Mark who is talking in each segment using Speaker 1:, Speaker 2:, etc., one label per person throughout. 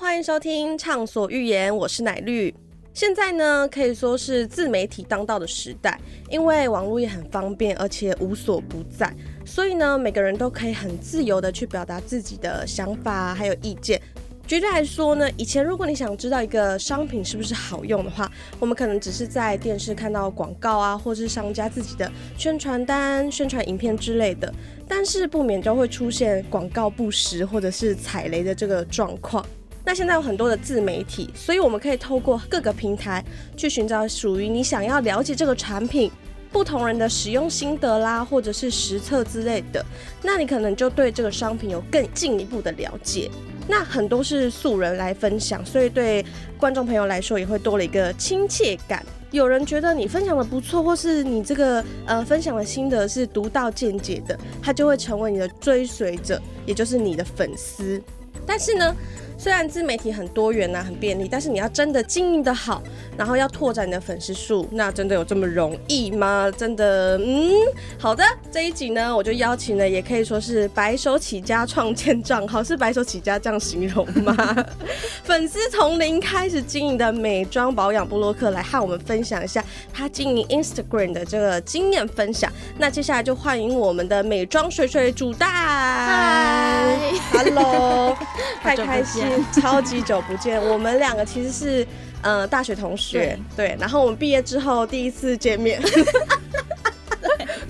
Speaker 1: 欢迎收听《畅所欲言》，我是奶绿。现在呢，可以说是自媒体当道的时代，因为网络也很方便，而且无所不在，所以呢，每个人都可以很自由的去表达自己的想法还有意见。举例来说呢，以前如果你想知道一个商品是不是好用的话，我们可能只是在电视看到广告啊，或是商家自己的宣传单、宣传影片之类的，但是不免就会出现广告不实或者是踩雷的这个状况。那现在有很多的自媒体，所以我们可以透过各个平台去寻找属于你想要了解这个产品。不同人的使用心得啦，或者是实测之类的，那你可能就对这个商品有更进一步的了解。那很多是素人来分享，所以对观众朋友来说也会多了一个亲切感。有人觉得你分享的不错，或是你这个呃分享的心得是独到见解的，他就会成为你的追随者，也就是你的粉丝。但是呢，虽然自媒体很多元呐、很便利，但是你要真的经营的好，然后要拓展你的粉丝数，那真的有这么容易吗？真的，嗯，好的，这一集呢，我就邀请了，也可以说是白手起家创建账号，是白手起家这样形容吗？ 粉丝从零开始经营的美妆保养部落客来和我们分享一下他经营 Instagram 的这个经验分享。那接下来就欢迎我们的美妆水水煮蛋，
Speaker 2: 嗨
Speaker 1: ，Hello，太
Speaker 2: 久不
Speaker 1: 开心， 超级久不见。我们两个其实是呃大学同学，对然后我们毕业之后第一次见 面。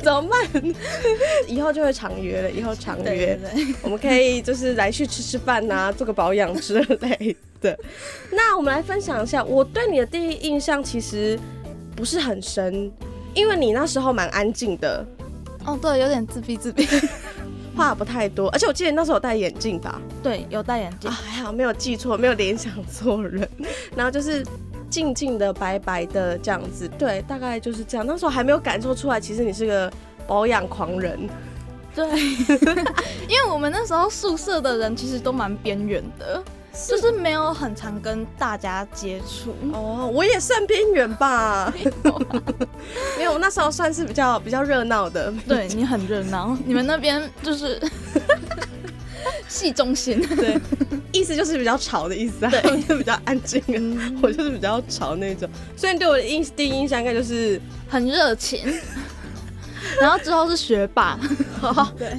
Speaker 1: 怎么办？以后就会常约了，以后常约。
Speaker 2: 对对对，
Speaker 1: 我们可以就是来去吃吃饭 呐、做个保养之类的。那我们来分享一下，我对你的第一印象其实不是很深，因为你那时候蛮安静的，
Speaker 2: 哦对，有点自闭自闭，
Speaker 1: 话不太多，而且我记得你那时候有戴眼镜吧？
Speaker 2: 对，有戴眼镜
Speaker 1: 啊，，还好没有记错，没有联想错人。然后就是静静的、白白的这样子，对，大概就是这样。那时候还没有感受出来，其实你是个保养狂人。
Speaker 2: 对， 因为我们那时候宿舍的人其实都蛮边缘的，就是没有很常跟大家接 触。
Speaker 1: 哦，我也算边缘吧，没有，我那时候算是比较比较热闹的，
Speaker 2: 对你很热 闹，你们那边就是 戏中心，
Speaker 1: 对，意思就是比较吵的意思啊，他们 就比较安静啊，我就是比较吵那种，所以你对我的印第一印象应该就是
Speaker 2: 很热情。然后之后是学霸，对，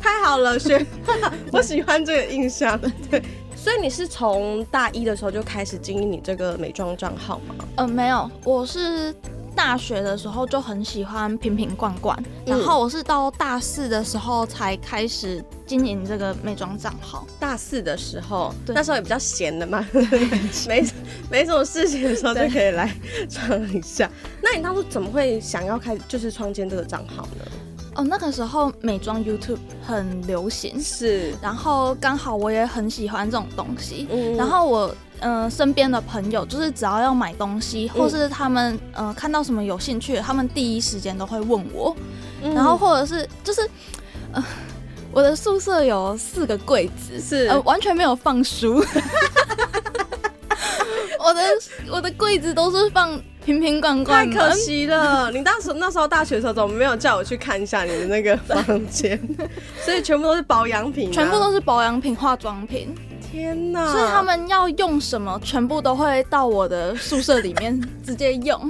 Speaker 1: 太好了，学 霸，我喜欢这个印象，对。所以你是从大一的时候就开始经营你这个美妆账号吗？
Speaker 2: 呃，没有，我是大学的时候就很喜欢瓶瓶罐罐，然后我是到大四的时候才开始经营这个美妆账号。
Speaker 1: 大四的时候，
Speaker 2: 对
Speaker 1: 那时候也比较闲的嘛， 没没什么事情的时候就
Speaker 2: 对
Speaker 1: 可以来创一下。那你当初怎么会想要开就是创建这个账号呢？
Speaker 2: 哦，那个时候美妆 YouTube 很流行，
Speaker 1: 是，
Speaker 2: 然后刚好我也很喜欢这种东西，
Speaker 1: 嗯
Speaker 2: 然后我。嗯、身边的朋友就是只要要买东西，或是他们呃看到什么有兴趣，他们第一时间都会问我，
Speaker 1: 嗯
Speaker 2: 然后或者是就是，呃，我的宿舍有四个柜子，
Speaker 1: 是
Speaker 2: 呃完全没有放书， 我的我的柜子都是放瓶瓶罐
Speaker 1: 太
Speaker 2: 罐，
Speaker 1: 呃可惜了，你当时那时候大学的时候怎么没有叫我去看一下你的那个房 间？所以全部都是保养品啊、
Speaker 2: 全部都是保养品、化妆品，
Speaker 1: 天哪！
Speaker 2: 所以他们要用什么，全部都会到我的宿舍里面直接用。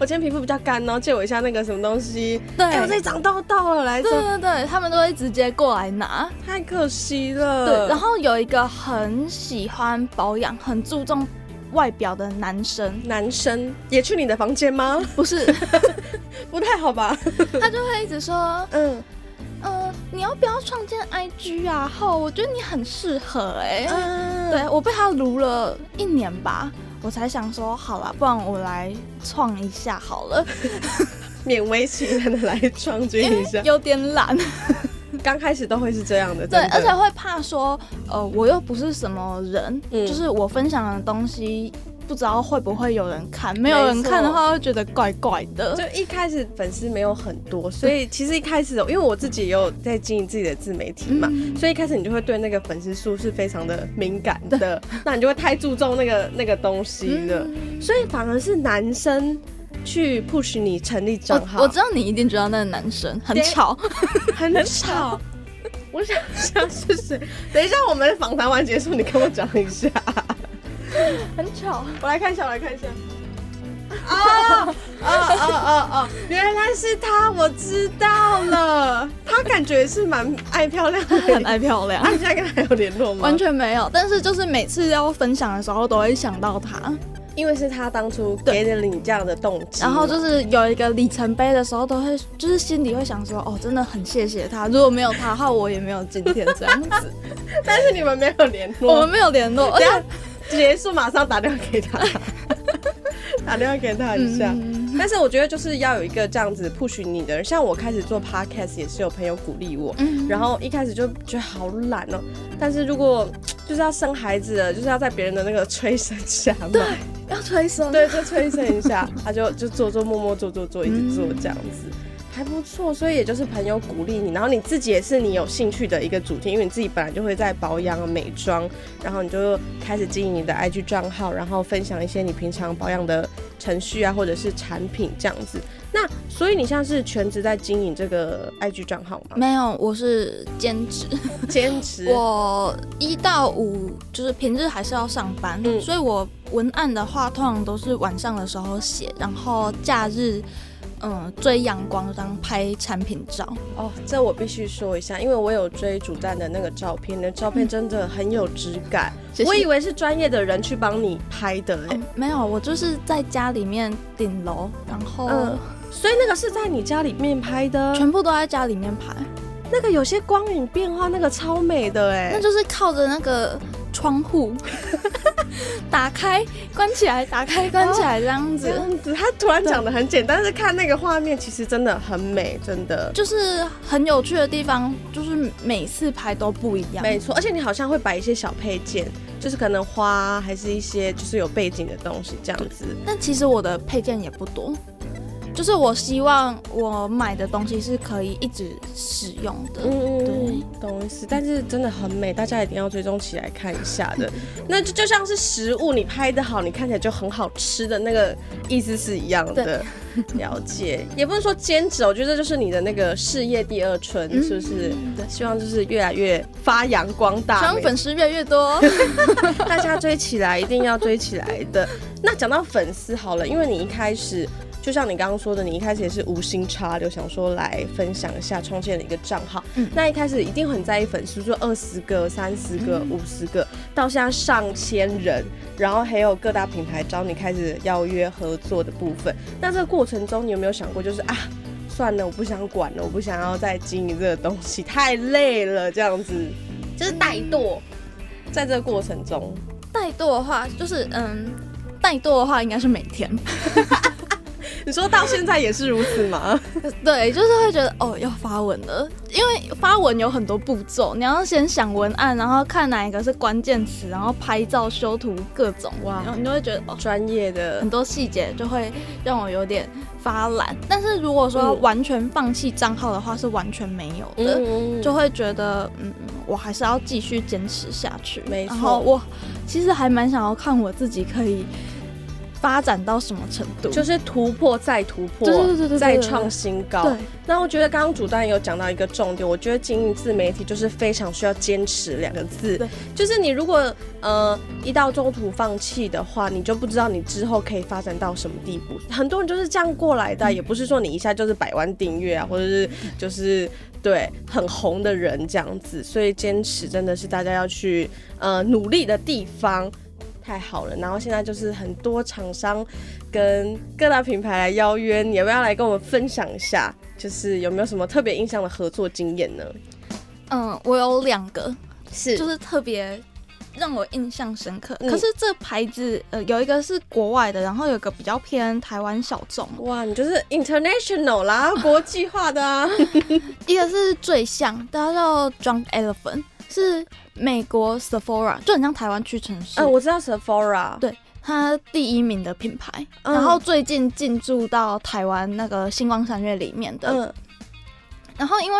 Speaker 1: 我今天皮肤比较干哦，借我一下那个什么东西。
Speaker 2: 对，
Speaker 1: 哎、我这里长痘痘了，来
Speaker 2: 对
Speaker 1: 这
Speaker 2: 对对，他们都会直接过来拿。
Speaker 1: 太可惜了。
Speaker 2: 对，然后有一个很喜欢保养、很注重外表的男生，
Speaker 1: 男生也去你的房间吗？
Speaker 2: 不是，
Speaker 1: 不太好吧？
Speaker 2: 他就会一直说，
Speaker 1: 嗯
Speaker 2: 呃，你要不要创建 IG 啊？后我觉得你很适合哎、
Speaker 1: 嗯，
Speaker 2: 对我被他撸了一年吧，我才想说，好啦，不然我来创一下好 了，
Speaker 1: 勉为其难的来创
Speaker 2: 因
Speaker 1: 军一下
Speaker 2: 为。有点懒。
Speaker 1: 刚开始都会是这样的，
Speaker 2: 对，
Speaker 1: 真的
Speaker 2: 而且会怕说，呃，我又不是什么人，
Speaker 1: 嗯
Speaker 2: 就是我分享的东西，不知道会不会有人看，没
Speaker 1: 没
Speaker 2: 有人
Speaker 1: 错
Speaker 2: 看的话，会觉得怪怪的。
Speaker 1: 就一开始粉丝没有很多，所以其实一开始，哦因为我自己也有在经营自己的自媒体嘛，
Speaker 2: 嗯
Speaker 1: 所以一开始你就会对那个粉丝数是非常的敏感的，那你就会太注重那个那个东
Speaker 2: 嗯
Speaker 1: 西了，所以反而是男生去 push 你成立账
Speaker 2: 我
Speaker 1: 号，
Speaker 2: 我知道你一定知道那个男生很
Speaker 1: 对
Speaker 2: 吵，
Speaker 1: 很吵。我想想是谁？等一下，我们访谈完结束，你跟我讲一下。
Speaker 2: 很巧，
Speaker 1: 我来看一下，我来看一下。哦哦哦哦哦，原来是他，我知道了。他感觉是蛮爱漂亮的，
Speaker 2: 很爱漂亮
Speaker 1: 那、，你现在跟他有联络吗？
Speaker 2: 完，全没有。但是就是每次要分享的时候，都会想到他。
Speaker 1: 因为是他当初给了你这样的动机，
Speaker 2: 然后就是有一个里程碑的时候，都会就是心里会想说，哦，真的很谢谢他。如果没有他的话，我也没有今天这样子。
Speaker 1: 但是你们没有联络，
Speaker 2: 我们没有联络，而
Speaker 1: 等一
Speaker 2: 且
Speaker 1: 下结束马上打电话给他，打电话给他一下。
Speaker 2: 嗯
Speaker 1: 但是我觉得就是要有一个这样子 push 你的人，像我开始做 podcast 也是有朋友鼓励我，
Speaker 2: 嗯
Speaker 1: 然后一开始就觉得好懒哦，但是如果就是要生孩子了，就是要在别人的那个催生下嘛，
Speaker 2: 要催生，
Speaker 1: 对，就催生一 下，他就就做做默默做做做，一直做这样子。
Speaker 2: 嗯
Speaker 1: 还不错，所以也就是朋友鼓励你，然后你自己也是你有兴趣的一个主题，因为你自己本来就会在保养、美妆，然后你就开始经营你的 IG 账号，然后分享一些你平常保养的程序啊，或者是产品这样子。那所以你现在是全职在经营这个 IG 账号吗？
Speaker 2: 没有，我是兼职，
Speaker 1: 兼职，
Speaker 2: 我一到五就是平日还是要上班，
Speaker 1: 嗯
Speaker 2: 所以我文案的话通常都是晚上的时候写，然后假日。嗯，追阳光，然后拍产品照，
Speaker 1: 哦，这我必须说一下，因为我有追主战的那个照片，那照片真的很有质感。
Speaker 2: 嗯谢谢
Speaker 1: 我以为是专业的人去帮你拍的、哎、
Speaker 2: 嗯没有，我就是在家里面顶楼，然后、
Speaker 1: 嗯所以那个是在你家里面拍的，
Speaker 2: 全部都在家里面拍，
Speaker 1: 嗯那个有些光影变化，那个超美的、
Speaker 2: 那
Speaker 1: 哎，
Speaker 2: 就是靠着那个窗户 打开、关起来、打开、关起来这样
Speaker 1: 哦这
Speaker 2: 子，
Speaker 1: 样子，他突然讲的很简单，但是看那个画面，其实真的很美，真的。
Speaker 2: 就是很有趣的地方，就是每次拍都不一样。
Speaker 1: 没错，而且你好像会摆一些小配件，就是可能花啊还是一些就是有背景的东西这样子。
Speaker 2: 但其实我的配件也不多，就是我希望我买的东西是可以一直使用的。
Speaker 1: 嗯，嗯
Speaker 2: 对，
Speaker 1: 懂意思。但是真的很美，大家一定要追踪起来看一下的。 那就就像是食物，你拍的好，你看起来就很好吃的那个意思是一样的。 了解，也不是说兼职，我觉得这就是你的那个事业第二春，
Speaker 2: 嗯
Speaker 1: 是不是？对，希望就是越来越发扬光大。
Speaker 2: 希望粉丝越来越多，
Speaker 1: 大家追起来，一定要追起来的。那讲到粉丝好了，因为你一开始就像你刚刚说的，你一开始也是无心插柳，想说来分享一下创建了一个账号。
Speaker 2: 嗯
Speaker 1: 那一开始一定很在意粉丝，就二十个、三十个、五十个，到现在上千人，然后还有各大品牌找你开始邀约合作的部分。那这个过程中，你有没有想过，就是啊？算了，我不想管了，我不想要再经营这个东西，太累了，这样子 就是怠惰。在这个过程中，
Speaker 2: 怠惰的话就是嗯，怠惰的话应该是每天，
Speaker 1: 你说到现在也是如此吗？
Speaker 2: 对，就是会觉得哦要发文了，因为发文有很多步骤，你要先想文案，然后看哪一个是关键词，然后拍照、修图各种，
Speaker 1: 哇
Speaker 2: 哇，然后你就会觉得哦
Speaker 1: 专业的
Speaker 2: 很多细节就会让我有点发懒。但是如果说
Speaker 1: 嗯
Speaker 2: 完全放弃账号的话，是完全没有的。
Speaker 1: 嗯，
Speaker 2: 就
Speaker 1: 就
Speaker 2: 会觉得，嗯，我还是要继续坚持下去。
Speaker 1: 没错
Speaker 2: 然后我其实还蛮想要看我自己可以发展到什么程度。
Speaker 1: 就是突破再突破，
Speaker 2: 对对对对对
Speaker 1: 再创新高。
Speaker 2: 对，
Speaker 1: 那我觉得刚刚主持人有讲到一个重点，我觉得经营自媒体就是非常需要坚持两个字
Speaker 2: 对。
Speaker 1: 就是你如果呃一到中途放弃的话，你就不知道你之后可以发展到什么地步。很多人就是这样过来的，啊也不是说你一下就是百万订阅啊，或者是就是对很红的人这样子。所以坚持真的是大家要去呃努力的地方。太好了，然后现在就是很多厂商跟各大品牌来邀约，你要不要来跟我们分享一下？就是有没有什么特别印象的合作经验呢？
Speaker 2: 嗯，我有两个，
Speaker 1: 是
Speaker 2: 就是特别让我印象深刻。
Speaker 1: 嗯
Speaker 2: 可是这牌子呃有一个是国外的，然后有一个比较偏台湾小众，
Speaker 1: 哇，你就是 international 啦，国际化的 啊。
Speaker 2: 一个是最像，它叫 Drunk Elephant，是美国 Sephora，就很像台湾屈臣氏。
Speaker 1: 嗯，我知道 Sephora。
Speaker 2: 对，它第一名的品牌，
Speaker 1: 嗯
Speaker 2: 然后最近进驻到台湾那个星光三月里面的。
Speaker 1: 嗯
Speaker 2: 然后因为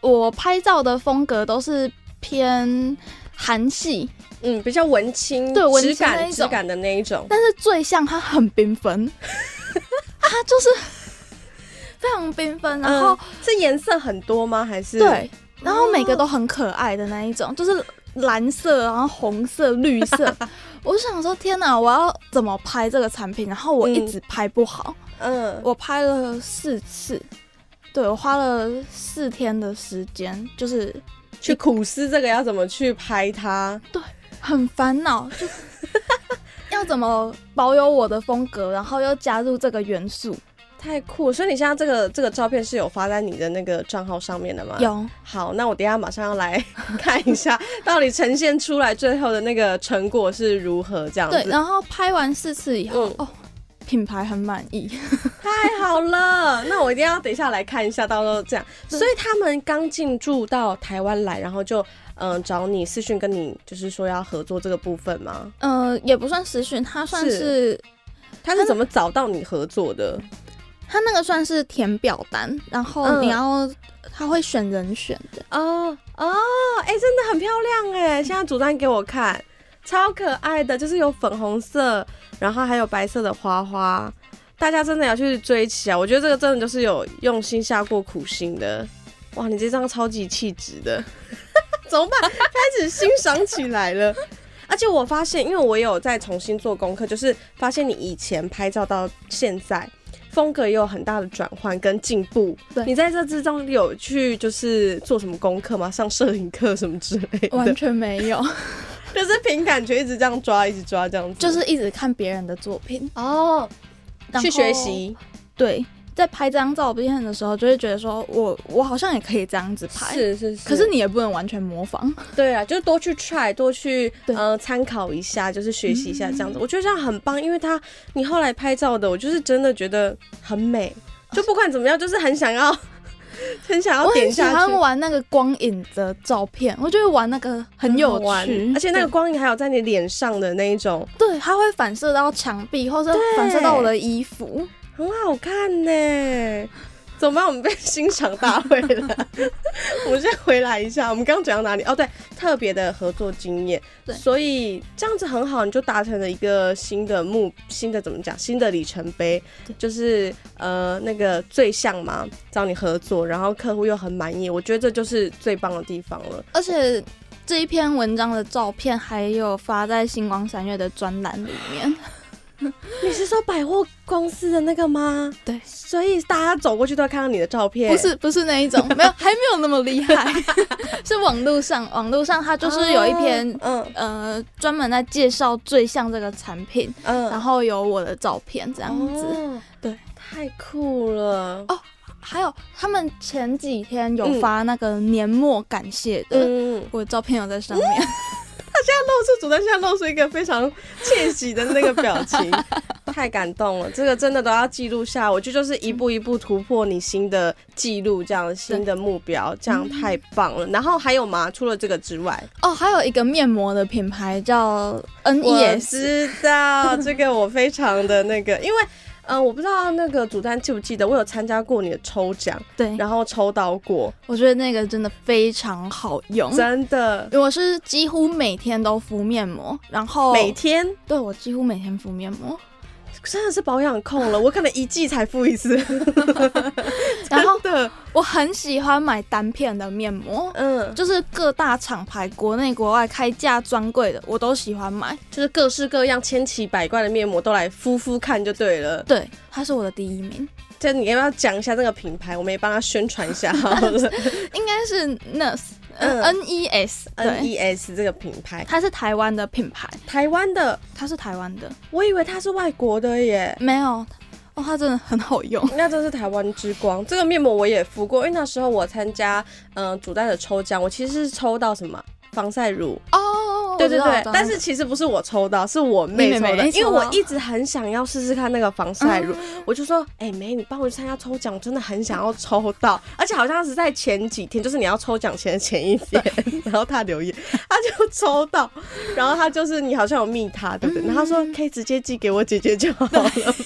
Speaker 2: 我拍照的风格都是偏韩系，
Speaker 1: 嗯，比较文青，
Speaker 2: 对文青
Speaker 1: 质感
Speaker 2: 那一种
Speaker 1: 质感的那一种。
Speaker 2: 但是最像它很缤 纷，它啊就是非常缤纷，然后、
Speaker 1: 嗯是颜色很多吗？还是
Speaker 2: 对，然后每个都很可爱的那一种，就是蓝色，然后红色、绿 色。我就想说，天哪，我要怎么拍这个产品？然后我一直拍不好，
Speaker 1: 嗯，
Speaker 2: 我拍了四次，对我花了四天的时间，就是
Speaker 1: 去苦思这个要怎么去拍它。
Speaker 2: 很烦恼， 就是要怎么保有我的风格，然后又加入这个元素。
Speaker 1: 太酷了！所以你现在这个这个照片是有发在你的那个账号上面的吗？。
Speaker 2: 有，
Speaker 1: 好，那我等一下马上要来 看一下，到底呈现出来最后的那个成果是如何这样
Speaker 2: 对，
Speaker 1: 子。
Speaker 2: 然后拍完四次以后，
Speaker 1: 嗯
Speaker 2: 哦，品牌很满意。
Speaker 1: 太好了，那我一定要等一下来看一下，到时候这样。所以他们刚进驻到台湾来，然后就嗯、呃找你私讯跟你就是说要合作这个部分吗？
Speaker 2: 呃，也不算实训，它算
Speaker 1: 是
Speaker 2: 是
Speaker 1: 他是怎么找到你合作的？
Speaker 2: 它那个算是填表单，然后
Speaker 1: 嗯
Speaker 2: 你要、它会选人选的。
Speaker 1: 哦哦，哎、真的很漂亮哎！现在主单给我看，超可爱的，就是有粉红色，然后还有白色的花花。大家真的要去追起啊！我觉得这个真的就是有用心下过苦心的。哇，你这张超级气质的， 怎么办？开始欣赏起来了。而且我发现，因为我也有在重新做功课，就是发现你以前拍照到现在，风格也有很大的转换跟进步。
Speaker 2: 对
Speaker 1: 你在这之中有去就是做什么功课吗？上摄影课什么之类
Speaker 2: 完
Speaker 1: 的，
Speaker 2: 全没有，
Speaker 1: 就是凭感觉一直这样抓，一直抓这样子。
Speaker 2: 就是一直看别人的作品，
Speaker 1: 哦，
Speaker 2: 然后
Speaker 1: 去学。习
Speaker 2: 对，在拍这张照片的时候，就会觉得说我我好像也可以这样子拍，
Speaker 1: 是是是。
Speaker 2: 可是你也不能完全模仿。
Speaker 1: 对啊，就是多去 try，多去
Speaker 2: 对嗯
Speaker 1: 呃参考一下，就是学习一下这样子。我觉得这样很棒，因为他你后来拍照的，我就是真的觉得很美，就不管怎么样，就是很想要， 很想要
Speaker 2: 我
Speaker 1: 点
Speaker 2: 很喜
Speaker 1: 下
Speaker 2: 欢
Speaker 1: 去。
Speaker 2: 玩那个光影的照片，我觉得玩那个很有
Speaker 1: 好玩
Speaker 2: 趣，
Speaker 1: 而且那个
Speaker 2: 对
Speaker 1: 光影还有在你脸上的那一种，
Speaker 2: 对它会反射到墙壁，或者反射到我的衣服。
Speaker 1: 很好看呢。怎么办？我们被欣赏大会 了。我们先回来一下，我们刚刚讲到哪里？哦，对，特别的合作经验。
Speaker 2: 对
Speaker 1: 所以这样子很好，你就达成了一个新的目，新的怎么讲？新的里程碑，就是呃那个最像嘛，找你合作，然后客户又很满意，我觉得这就是最棒的地方了。
Speaker 2: 而且这一篇文章的照片还有发在星光三月的专栏里面。
Speaker 1: 你是说百货公司的那个吗？
Speaker 2: 对
Speaker 1: 所以大家走过去都会看到你的照片。
Speaker 2: 不是不是那一 种，没有还没有那么厉 害，是网络上网络上它就是有一篇、
Speaker 1: 哦
Speaker 2: 呃专门在介绍最像这个产品，
Speaker 1: 嗯嗯
Speaker 2: 然后有我的照片这
Speaker 1: 这
Speaker 2: 样子。对，
Speaker 1: 哦太酷了。
Speaker 2: 哦还有他们前几天
Speaker 1: 嗯
Speaker 2: 有发那个年末感谢的，
Speaker 1: 嗯，
Speaker 2: 我的照片有在上面。
Speaker 1: 露出主持人现在露出一个非常窃喜的那个表 情，太感动了。这个真的都要记录下，我觉得就是一步一步突破你新的记录，这样新的目标，这样太棒了。然后还有吗？除了这个之外，
Speaker 2: 哦，还有一个面膜的品牌叫 N
Speaker 1: 我
Speaker 2: E S，
Speaker 1: 知道这个，我非常的那 个，因为。嗯，我不知道那个主丹记不记得，我有参加过你的抽奖，
Speaker 2: 对，
Speaker 1: 然后抽到过，
Speaker 2: 我觉得那个真的非常好用。
Speaker 1: 真的，
Speaker 2: 我是几乎每天都敷面膜，然后
Speaker 1: 每天
Speaker 2: 对我几乎每天敷面膜，
Speaker 1: 真的是保养控了，我可能一季才敷一次，
Speaker 2: 然 后
Speaker 1: 真的，
Speaker 2: 我很喜欢买单片的面膜，
Speaker 1: 嗯，
Speaker 2: 就是各大厂牌、国内国外开价专柜的我都喜欢买。
Speaker 1: 就是各式各样、千奇百怪的面膜都来敷敷看就对了。
Speaker 2: 对，它是我的第一名，
Speaker 1: 这你要不要讲一下这个品牌？我们也帮他宣传一 下 好了。
Speaker 2: 应该是 NES，
Speaker 1: 嗯
Speaker 2: N E S，
Speaker 1: N
Speaker 2: 对，
Speaker 1: E S 这个品牌，
Speaker 2: 它是台湾的品牌，
Speaker 1: 台湾的，
Speaker 2: 它是台湾的，
Speaker 1: 我以为它是外国的耶。
Speaker 2: 没有，哦，它真的很好用。
Speaker 1: 那真是台湾之光，这个面膜我也敷过，因为那时候我参加嗯、呃、主蛋的抽奖，我其实是抽到什么防晒乳，
Speaker 2: 哦，
Speaker 1: 对对
Speaker 2: 我知道
Speaker 1: 对
Speaker 2: 我知道，
Speaker 1: 但是其实不是我抽到，是我妹
Speaker 2: 你妹
Speaker 1: 抽
Speaker 2: 妹
Speaker 1: 的，
Speaker 2: 你
Speaker 1: 因为
Speaker 2: 抽到
Speaker 1: 我一直很想要试试看那个防晒乳，我就说，哎、妹，你帮我去参加抽奖，我真的很想要抽到，而且好像是在前几天，就是你要抽奖前的前一天，然后她留言，她就抽到，然后她就是你好像有密她，对不对？然后她说可以直接寄给我姐姐就好了嘛，又是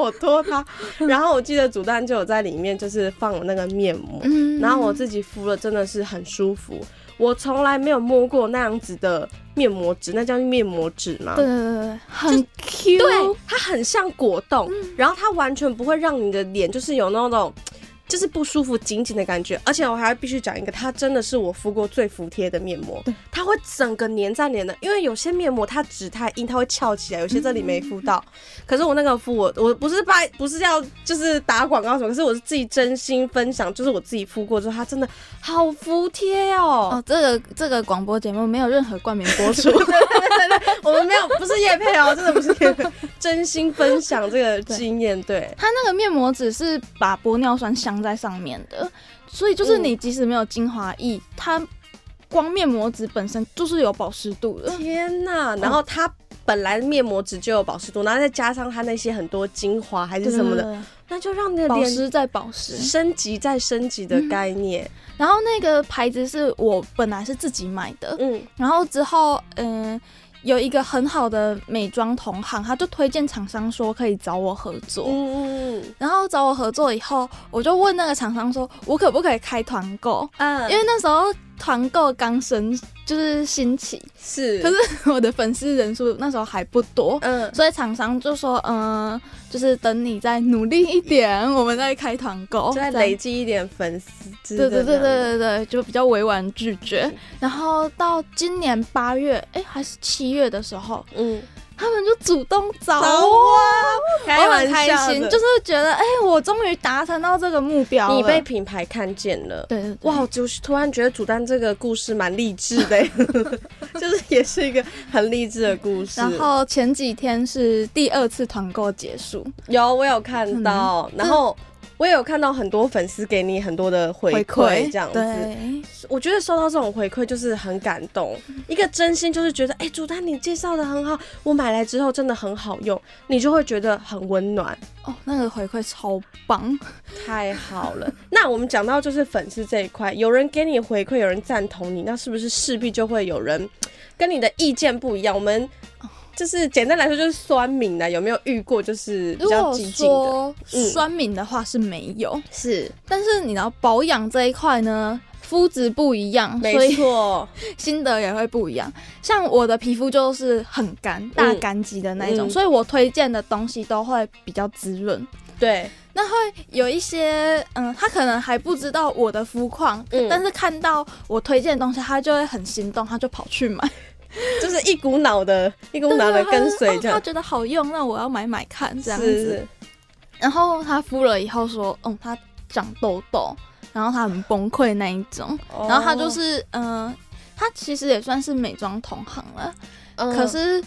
Speaker 1: 我托她，然后我记得煮蛋就有在里面就是放我那个面膜，
Speaker 2: 嗯
Speaker 1: 然后我自己敷了，真的是很舒服。我从来没有摸过那样子的面膜纸，那叫面膜纸吗？
Speaker 2: 对对对对，很 Q，
Speaker 1: 对，它很像果冻，然后它完全不会让你的脸就是有那种就是不舒服、紧紧的感觉。而且我还必须讲一个，它真的是我敷过最服帖的面膜，它会整个粘在脸的。因为有些面膜它纸太硬，它会翘起来，有些这里没敷到。可是我那个敷我我不是把不是要就是打广告什么，可是我是自己真心分享，就是我自己敷过之后，它真的好服帖哦。
Speaker 2: 哦，这个这个广播节目没有任何冠名播 出，
Speaker 1: 对对对对，我们没有不是叶配哦，真的不是叶配，真心分享这个经验。对，
Speaker 2: 它那个面膜纸是把玻尿酸镶在上面的，所以就是你即使没有精华液，它光面膜纸本身就是有保湿度的。
Speaker 1: 天呐！然后它本来面膜纸就有保湿度，然后再加上它那些很多精华还是什么的，
Speaker 2: 的，
Speaker 1: 那就让你的
Speaker 2: 保
Speaker 1: 脸
Speaker 2: 湿再保湿。
Speaker 1: 升级再升级的概念。
Speaker 2: 然后那个牌子是我本来是自己买的，
Speaker 1: 嗯
Speaker 2: 然后之后，嗯、有一个很好的美妆同行，他就推荐厂商说可以找我合作。
Speaker 1: 嗯嗯
Speaker 2: 然后找我合作以后，我就问那个厂商说，我可不可以开团购？
Speaker 1: 嗯，
Speaker 2: 因为那时候团购刚生，就是兴起，
Speaker 1: 是，
Speaker 2: 可是 我的粉丝人数那时候还不多，
Speaker 1: 嗯
Speaker 2: 所以厂商就说，嗯、就是等你再努力一点，我们再开团购，
Speaker 1: 再
Speaker 2: 这样
Speaker 1: 累积一点粉丝，
Speaker 2: 对对对对对对，就比较委婉拒绝。然后到今年八月，哎、还是七月的时候，
Speaker 1: 嗯，
Speaker 2: 他们就主动
Speaker 1: 找
Speaker 2: 找
Speaker 1: 啊
Speaker 2: 我，
Speaker 1: 开
Speaker 2: 我
Speaker 1: 玩
Speaker 2: 很开
Speaker 1: 笑
Speaker 2: 心，
Speaker 1: 的
Speaker 2: 就是觉得，哎、我终于达成到这个目标了。
Speaker 1: 你被品牌看见了。
Speaker 2: 对对对
Speaker 1: 哇，我就是突然觉得主丹这个故事蛮励志 的，就是也是一个很励志的故事。
Speaker 2: 然后前几天是第二次团购结束，
Speaker 1: 有我有看
Speaker 2: 嗯
Speaker 1: 到，然后我也有看到很多粉丝给你很多的回馈，这样子。
Speaker 2: 对，
Speaker 1: 我觉得收到这种回馈就是很感动，
Speaker 2: 嗯
Speaker 1: 一个真心就是觉得，哎、主丹你介绍的很好，我买来之后真的很好用，你就会觉得很温暖。
Speaker 2: 哦，那个回馈超棒，
Speaker 1: 太好了，那我们讲到就是粉丝这一块，有人给你回馈，有人赞同你，那是不是势必就会有人跟你的意见不一样？我们就是简单来说就是酸民呢，有没有遇过就是比
Speaker 2: 如
Speaker 1: 较
Speaker 2: 果
Speaker 1: 激进的？
Speaker 2: 说
Speaker 1: 嗯
Speaker 2: 酸敏的话是没有，
Speaker 1: 是，
Speaker 2: 但是你知道保养这一块呢，肤质不一样，所
Speaker 1: 没
Speaker 2: 以
Speaker 1: 错，
Speaker 2: 心得也会不一样。像我的皮肤就是很干、大干肌的那一种，
Speaker 1: 嗯
Speaker 2: 所以我推荐的东西都会比较滋润。
Speaker 1: 对，
Speaker 2: 那会有一些，嗯，他可能还不知道我的肤况，
Speaker 1: 嗯
Speaker 2: 但是看到我推荐的东西，他就会很心动，他就跑 去买，
Speaker 1: 就是一股脑的，一股脑的啊跟随
Speaker 2: 对
Speaker 1: 这
Speaker 2: 对对他就说哦他
Speaker 1: 样，
Speaker 2: 觉得好用，那我要买买看这样
Speaker 1: 是
Speaker 2: 子。
Speaker 1: 是
Speaker 2: 然后他敷了以后说，嗯，他长痘痘，然后他很崩溃那一种。
Speaker 1: 哦
Speaker 2: 然后他就，是，嗯、他其实也算是美妆同行了，
Speaker 1: 哦
Speaker 2: 可，是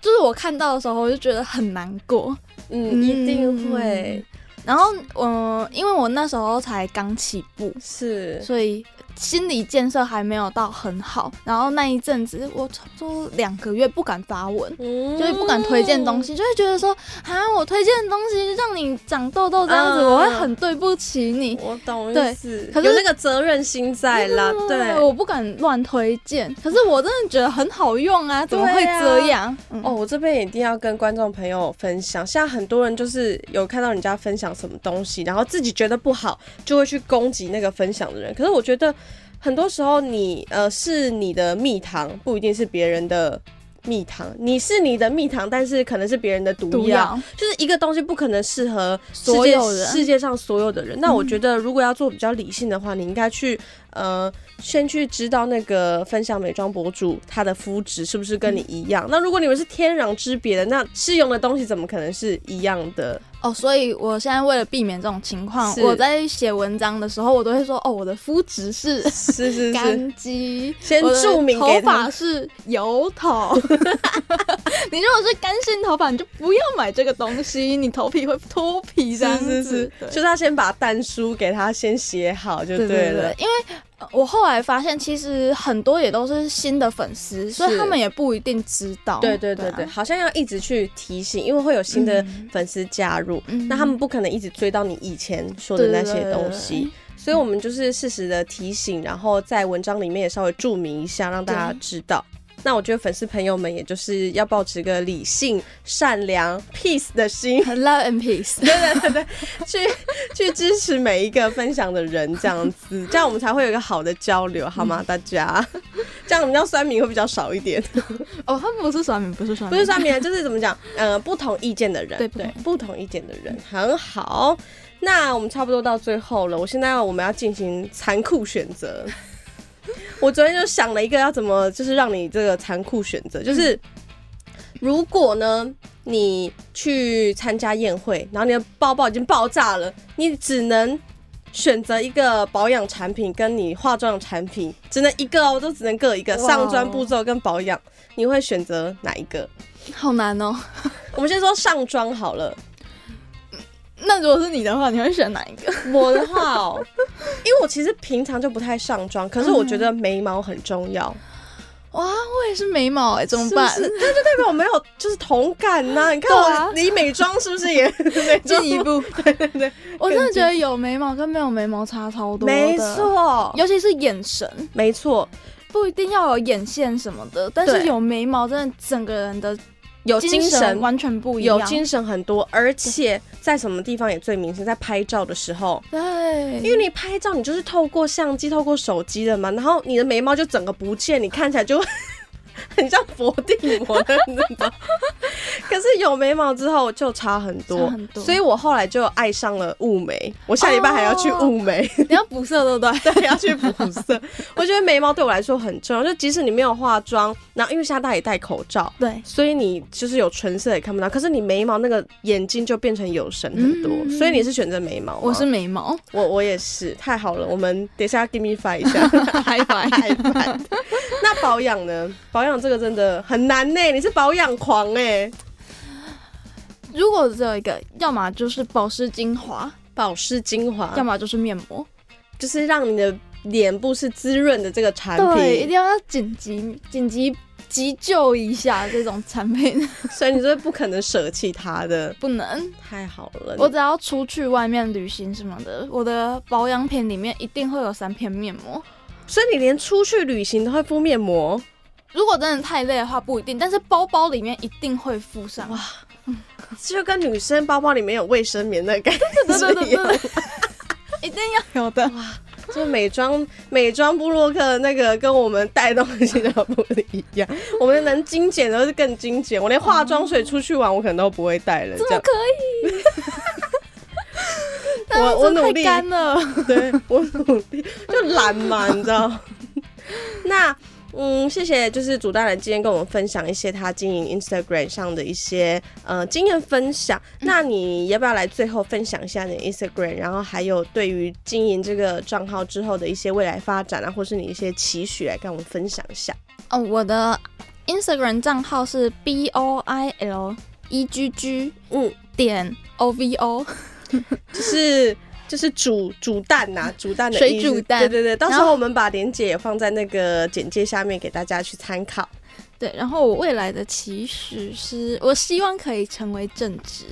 Speaker 2: 就是我看到的时候，我就觉得很难过。
Speaker 1: 嗯，嗯一定会
Speaker 2: 然后，嗯、因为我那时候才刚起步，
Speaker 1: 是，
Speaker 2: 所以心理建设还没有到很好。然后那一阵子，我差不多两个月不敢发文。
Speaker 1: 就
Speaker 2: 就是不敢推荐东，西，就会觉得说啊，我推荐的东西让你长痘痘这样子，
Speaker 1: 嗯
Speaker 2: 我会很对不起你。
Speaker 1: 我懂意
Speaker 2: 对
Speaker 1: 思，
Speaker 2: 可是
Speaker 1: 有那个责任心在啦，对，
Speaker 2: 我不敢乱推荐，可是我真的觉得很好用啊，怎么会这样？嗯
Speaker 1: 哦，，我这边也一定要跟观众朋友分享，现在很多人就是有看到人家分享什么东西，然后自己觉得不好，就会去攻击那个分享的人。可是我觉得很多时候你呃是你的蜜糖，不一定是别人的。蜜糖，你是你的蜜糖，但是可能是别人的毒
Speaker 2: 毒
Speaker 1: 药，
Speaker 2: 药
Speaker 1: 就是一个东西不可能适合世
Speaker 2: 所
Speaker 1: 界
Speaker 2: 有嗯人
Speaker 1: 世界上所有的人。那我觉得，如果要做比较理性的话，你应该去呃先去知道那个分享美妆博主他的肤质是不是跟你
Speaker 2: 嗯
Speaker 1: 一样。那如果你们是天壤之别的，那适用的东西怎么可能是一样的？
Speaker 2: 哦，所以我现在为了避免这种情况，
Speaker 1: 是
Speaker 2: 我在写文章的时候，我都会说哦，我的肤质是
Speaker 1: 是是是，
Speaker 2: 干肌，
Speaker 1: 先
Speaker 2: 我的
Speaker 1: 注明
Speaker 2: 头
Speaker 1: 给他
Speaker 2: 发是油 头。你如果是干性头发，你就不要买这个东西，你头皮会脱皮这样
Speaker 1: 是
Speaker 2: 子。
Speaker 1: 是是，
Speaker 2: 对
Speaker 1: 就是他先把蛋书给他先写好就
Speaker 2: 对对
Speaker 1: 了
Speaker 2: 对，。因为呃我后来发现，其实很多也都是新的粉丝，所以他们也不一定知道。
Speaker 1: 对对对
Speaker 2: 啊
Speaker 1: 对，好像要一直去提醒，因为会有新的
Speaker 2: 嗯
Speaker 1: 粉丝加入，
Speaker 2: 嗯
Speaker 1: 那他们不可能一直追到你以前说的
Speaker 2: 对
Speaker 1: 那
Speaker 2: 对
Speaker 1: 些东西。
Speaker 2: 对对对
Speaker 1: 所以我们就是适时的提醒，然后在文章里面也稍微注明一下，让大家知道。那我觉得粉丝朋友们也就是要保持个理性、善良、peace 的心，
Speaker 2: 很 love and peace。
Speaker 1: 去去支持每一个分享的人，这样子，这样我们才会有一个好的交流，好吗？大家，这样我们这样酸民会比较少一点。
Speaker 2: 哦，他们不是酸民，不是酸
Speaker 1: 不
Speaker 2: 民，
Speaker 1: 是酸民，就是怎么讲，呃，不同意见的人，
Speaker 2: 对
Speaker 1: 不同意见的人很好。那我们差不多到最后了，我现在我们要进行残酷选 择。我昨天就想了一个要怎么，就是让你这个残酷选择，就是如果呢你去参加宴会，然后你的包包已经爆炸了，你只能选择一个保养产品跟你化妆的产品，只能一个哦，都只能各一个，
Speaker 2: 哇
Speaker 1: 上妆步骤跟保养，你会选择哪一个？
Speaker 2: 好难哦。
Speaker 1: 我们先说上妆好了。
Speaker 2: 那如果是你的话，你会选哪一个？
Speaker 1: 我的话哦，因为我其实平常就不太上妆，可是我觉得眉毛很重要，
Speaker 2: 哇，我也是眉毛哎、怎么办？
Speaker 1: 是不是？那就代表我没有就是同感呐、你看
Speaker 2: 对
Speaker 1: 我，
Speaker 2: 啊
Speaker 1: 你美妆是不是也 美妆？
Speaker 2: 进一步，
Speaker 1: 对对对，
Speaker 2: 我真的觉得有眉毛跟没有眉毛差超多的
Speaker 1: 没，错，
Speaker 2: 尤其是眼神，
Speaker 1: 没错，
Speaker 2: 不一定要有眼线什么的，但是
Speaker 1: 对
Speaker 2: 有眉毛真的整个人的
Speaker 1: 有精神，
Speaker 2: 完全不一样，
Speaker 1: 有精神很多，而且在什么地方也最明显，在拍照的时候。
Speaker 2: 对，
Speaker 1: 因为你拍照，你就是透过相机、透过手机的嘛，然后你的眉毛就整个不见，你看起来就 很像佛地魔的那种。 可是有眉毛之后就差很多，
Speaker 2: 差很多
Speaker 1: 所以我后来就爱上了雾眉。我下礼拜还要去雾眉，
Speaker 2: 哦 你要补色对不 对？
Speaker 1: 对，要去补色。我觉得眉毛对我来说很重要，就即使你没有化妆，然后因为现在大家也戴口罩。
Speaker 2: 对，
Speaker 1: 所以你就是有唇色也看不到，可是你眉毛那个眼睛就变成有神很多，
Speaker 2: 嗯
Speaker 1: 所以你是选择眉毛吗？
Speaker 2: 我是眉毛，
Speaker 1: 我我也是，太好了，我们等一 下 give me five 一下，
Speaker 2: 嗨拜。
Speaker 1: 太烦。 那保养呢？保养这个真的很难呢、你是保养狂哎、
Speaker 2: 如果只有一个，要么就是保湿精华，
Speaker 1: 保湿精华
Speaker 2: 要么就是面膜。
Speaker 1: 就是让你的脸部是滋润的这个产
Speaker 2: 对，一定
Speaker 1: 品，
Speaker 2: 要紧急紧急急救一下这种产品，
Speaker 1: 所以你是不可能舍弃它的。
Speaker 2: 不能。
Speaker 1: 太好了，
Speaker 2: 我只要出去外面旅行什么的，我的保养品里面一定会有三片面膜。
Speaker 1: 所以你连出去旅行都会敷面膜，
Speaker 2: 如果真的太累的话，不一定，但是包包里面一定会附上。哇，
Speaker 1: 就跟女生包包里面有卫生棉的感
Speaker 2: 对对
Speaker 1: 觉一
Speaker 2: 对
Speaker 1: 样。
Speaker 2: 对对，一定要有的。
Speaker 1: 就美妆 美妆部落客的那个跟我们带东西的不一样，我们能精简的是更精简。我连化妆水出去玩，我可能都不会带了。
Speaker 2: 怎
Speaker 1: 这
Speaker 2: 么
Speaker 1: 样，
Speaker 2: 可 以？但是
Speaker 1: 我我
Speaker 2: 真的
Speaker 1: 努力
Speaker 2: 太干了。
Speaker 1: 对我努力就懒嘛，你知道。 那嗯，谢谢，就是主大人今天跟我们分享一些他经营 Instagram 上的一些呃经验分享。
Speaker 2: 嗯
Speaker 1: 那你要不要来最后分享一下你的 Instagram，然后还有对于经营这个账号之后的一些未来发展啊，或是你一些期许来跟我们分享一下？
Speaker 2: 哦，我的 Instagram 账号是 B O I L E G G
Speaker 1: 嗯。
Speaker 2: 点 O V O，
Speaker 1: 就是就是煮煮蛋呐、煮蛋的
Speaker 2: 水
Speaker 1: 意思
Speaker 2: 煮蛋
Speaker 1: 对对对，到时
Speaker 2: 然
Speaker 1: 候
Speaker 2: 后
Speaker 1: 我们把链接也放在那个简介下面给大家去参考。
Speaker 2: 对。然后我未来的期许是，我希望可以成为正职。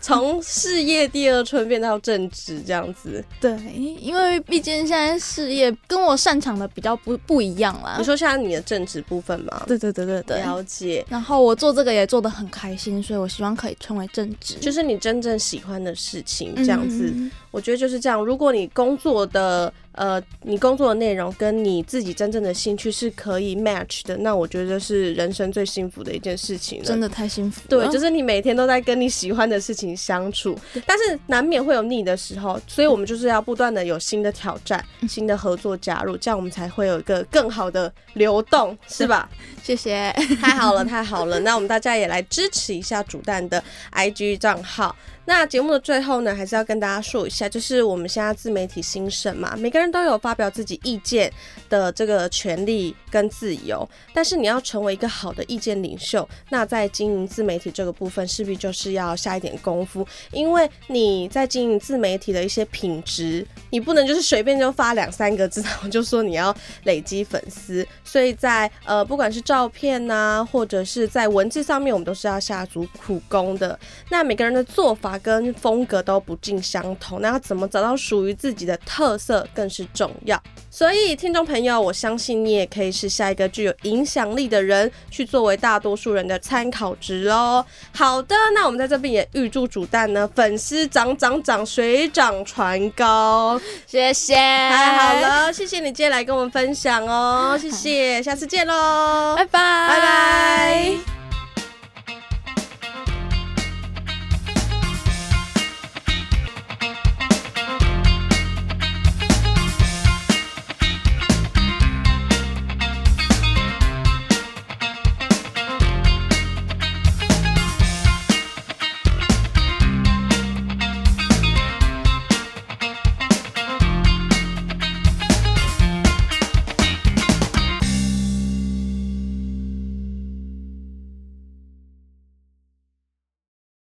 Speaker 1: 从事业第二春变到正职这样子，
Speaker 2: 对，因为毕竟现在事业跟我擅长的比较不不一样啦
Speaker 1: 你。说现在你的正职部分吗？
Speaker 2: 对对对啊对对。
Speaker 1: 了解，
Speaker 2: 然后我做这个也做得很开心，所以我希望可以成为正职，
Speaker 1: 就是你真正喜欢的事情这样子。
Speaker 2: 嗯
Speaker 1: 我觉得就是这样。如果你工作的呃，你工作的内容跟你自己真正的兴趣是可以 match 的，那我觉得是人生最幸福的一件事情了。
Speaker 2: 真的太幸福了。
Speaker 1: 对，就是你每天都在跟你喜欢的事情相处，但是难免会有腻的时候，所以我们就是要不断的有新的挑战、新的合作加入，这样我们才会有一个更好的流动，是吧？
Speaker 2: 谢谢。
Speaker 1: 太好了，太好了！那我们大家也来支持一下煮蛋的 IG 账号。那节目的最后呢，还是要跟大家说一下，就是我们现在自媒体兴盛嘛，每个人都有发表自己意见的这个权利跟自由。但是你要成为一个好的意见领袖，那在经营自媒体这个部分，势必就是要下一点功夫，因为你在经营自媒体的一些品质，你不能就是随便就发两三个字，然后就说你要累积粉丝，所以在呃不管是照片呐、或者是在文字上面，我们都是要下足苦功的。那每个人的做法跟风格都不尽相同，那要怎么找到属于自己的特色更是重要。所以，听众朋友，我相信你也可以是下一个具有影响力的人，去作为大多数人的参考值喽。好的，那我们在这边也预祝煮蛋呢粉丝涨涨涨，水涨船高。
Speaker 2: 谢谢，
Speaker 1: 太
Speaker 2: 太
Speaker 1: 好，了，谢谢你今天来跟我们分享哦，谢谢，下次见喽，
Speaker 2: 拜拜，
Speaker 1: 拜。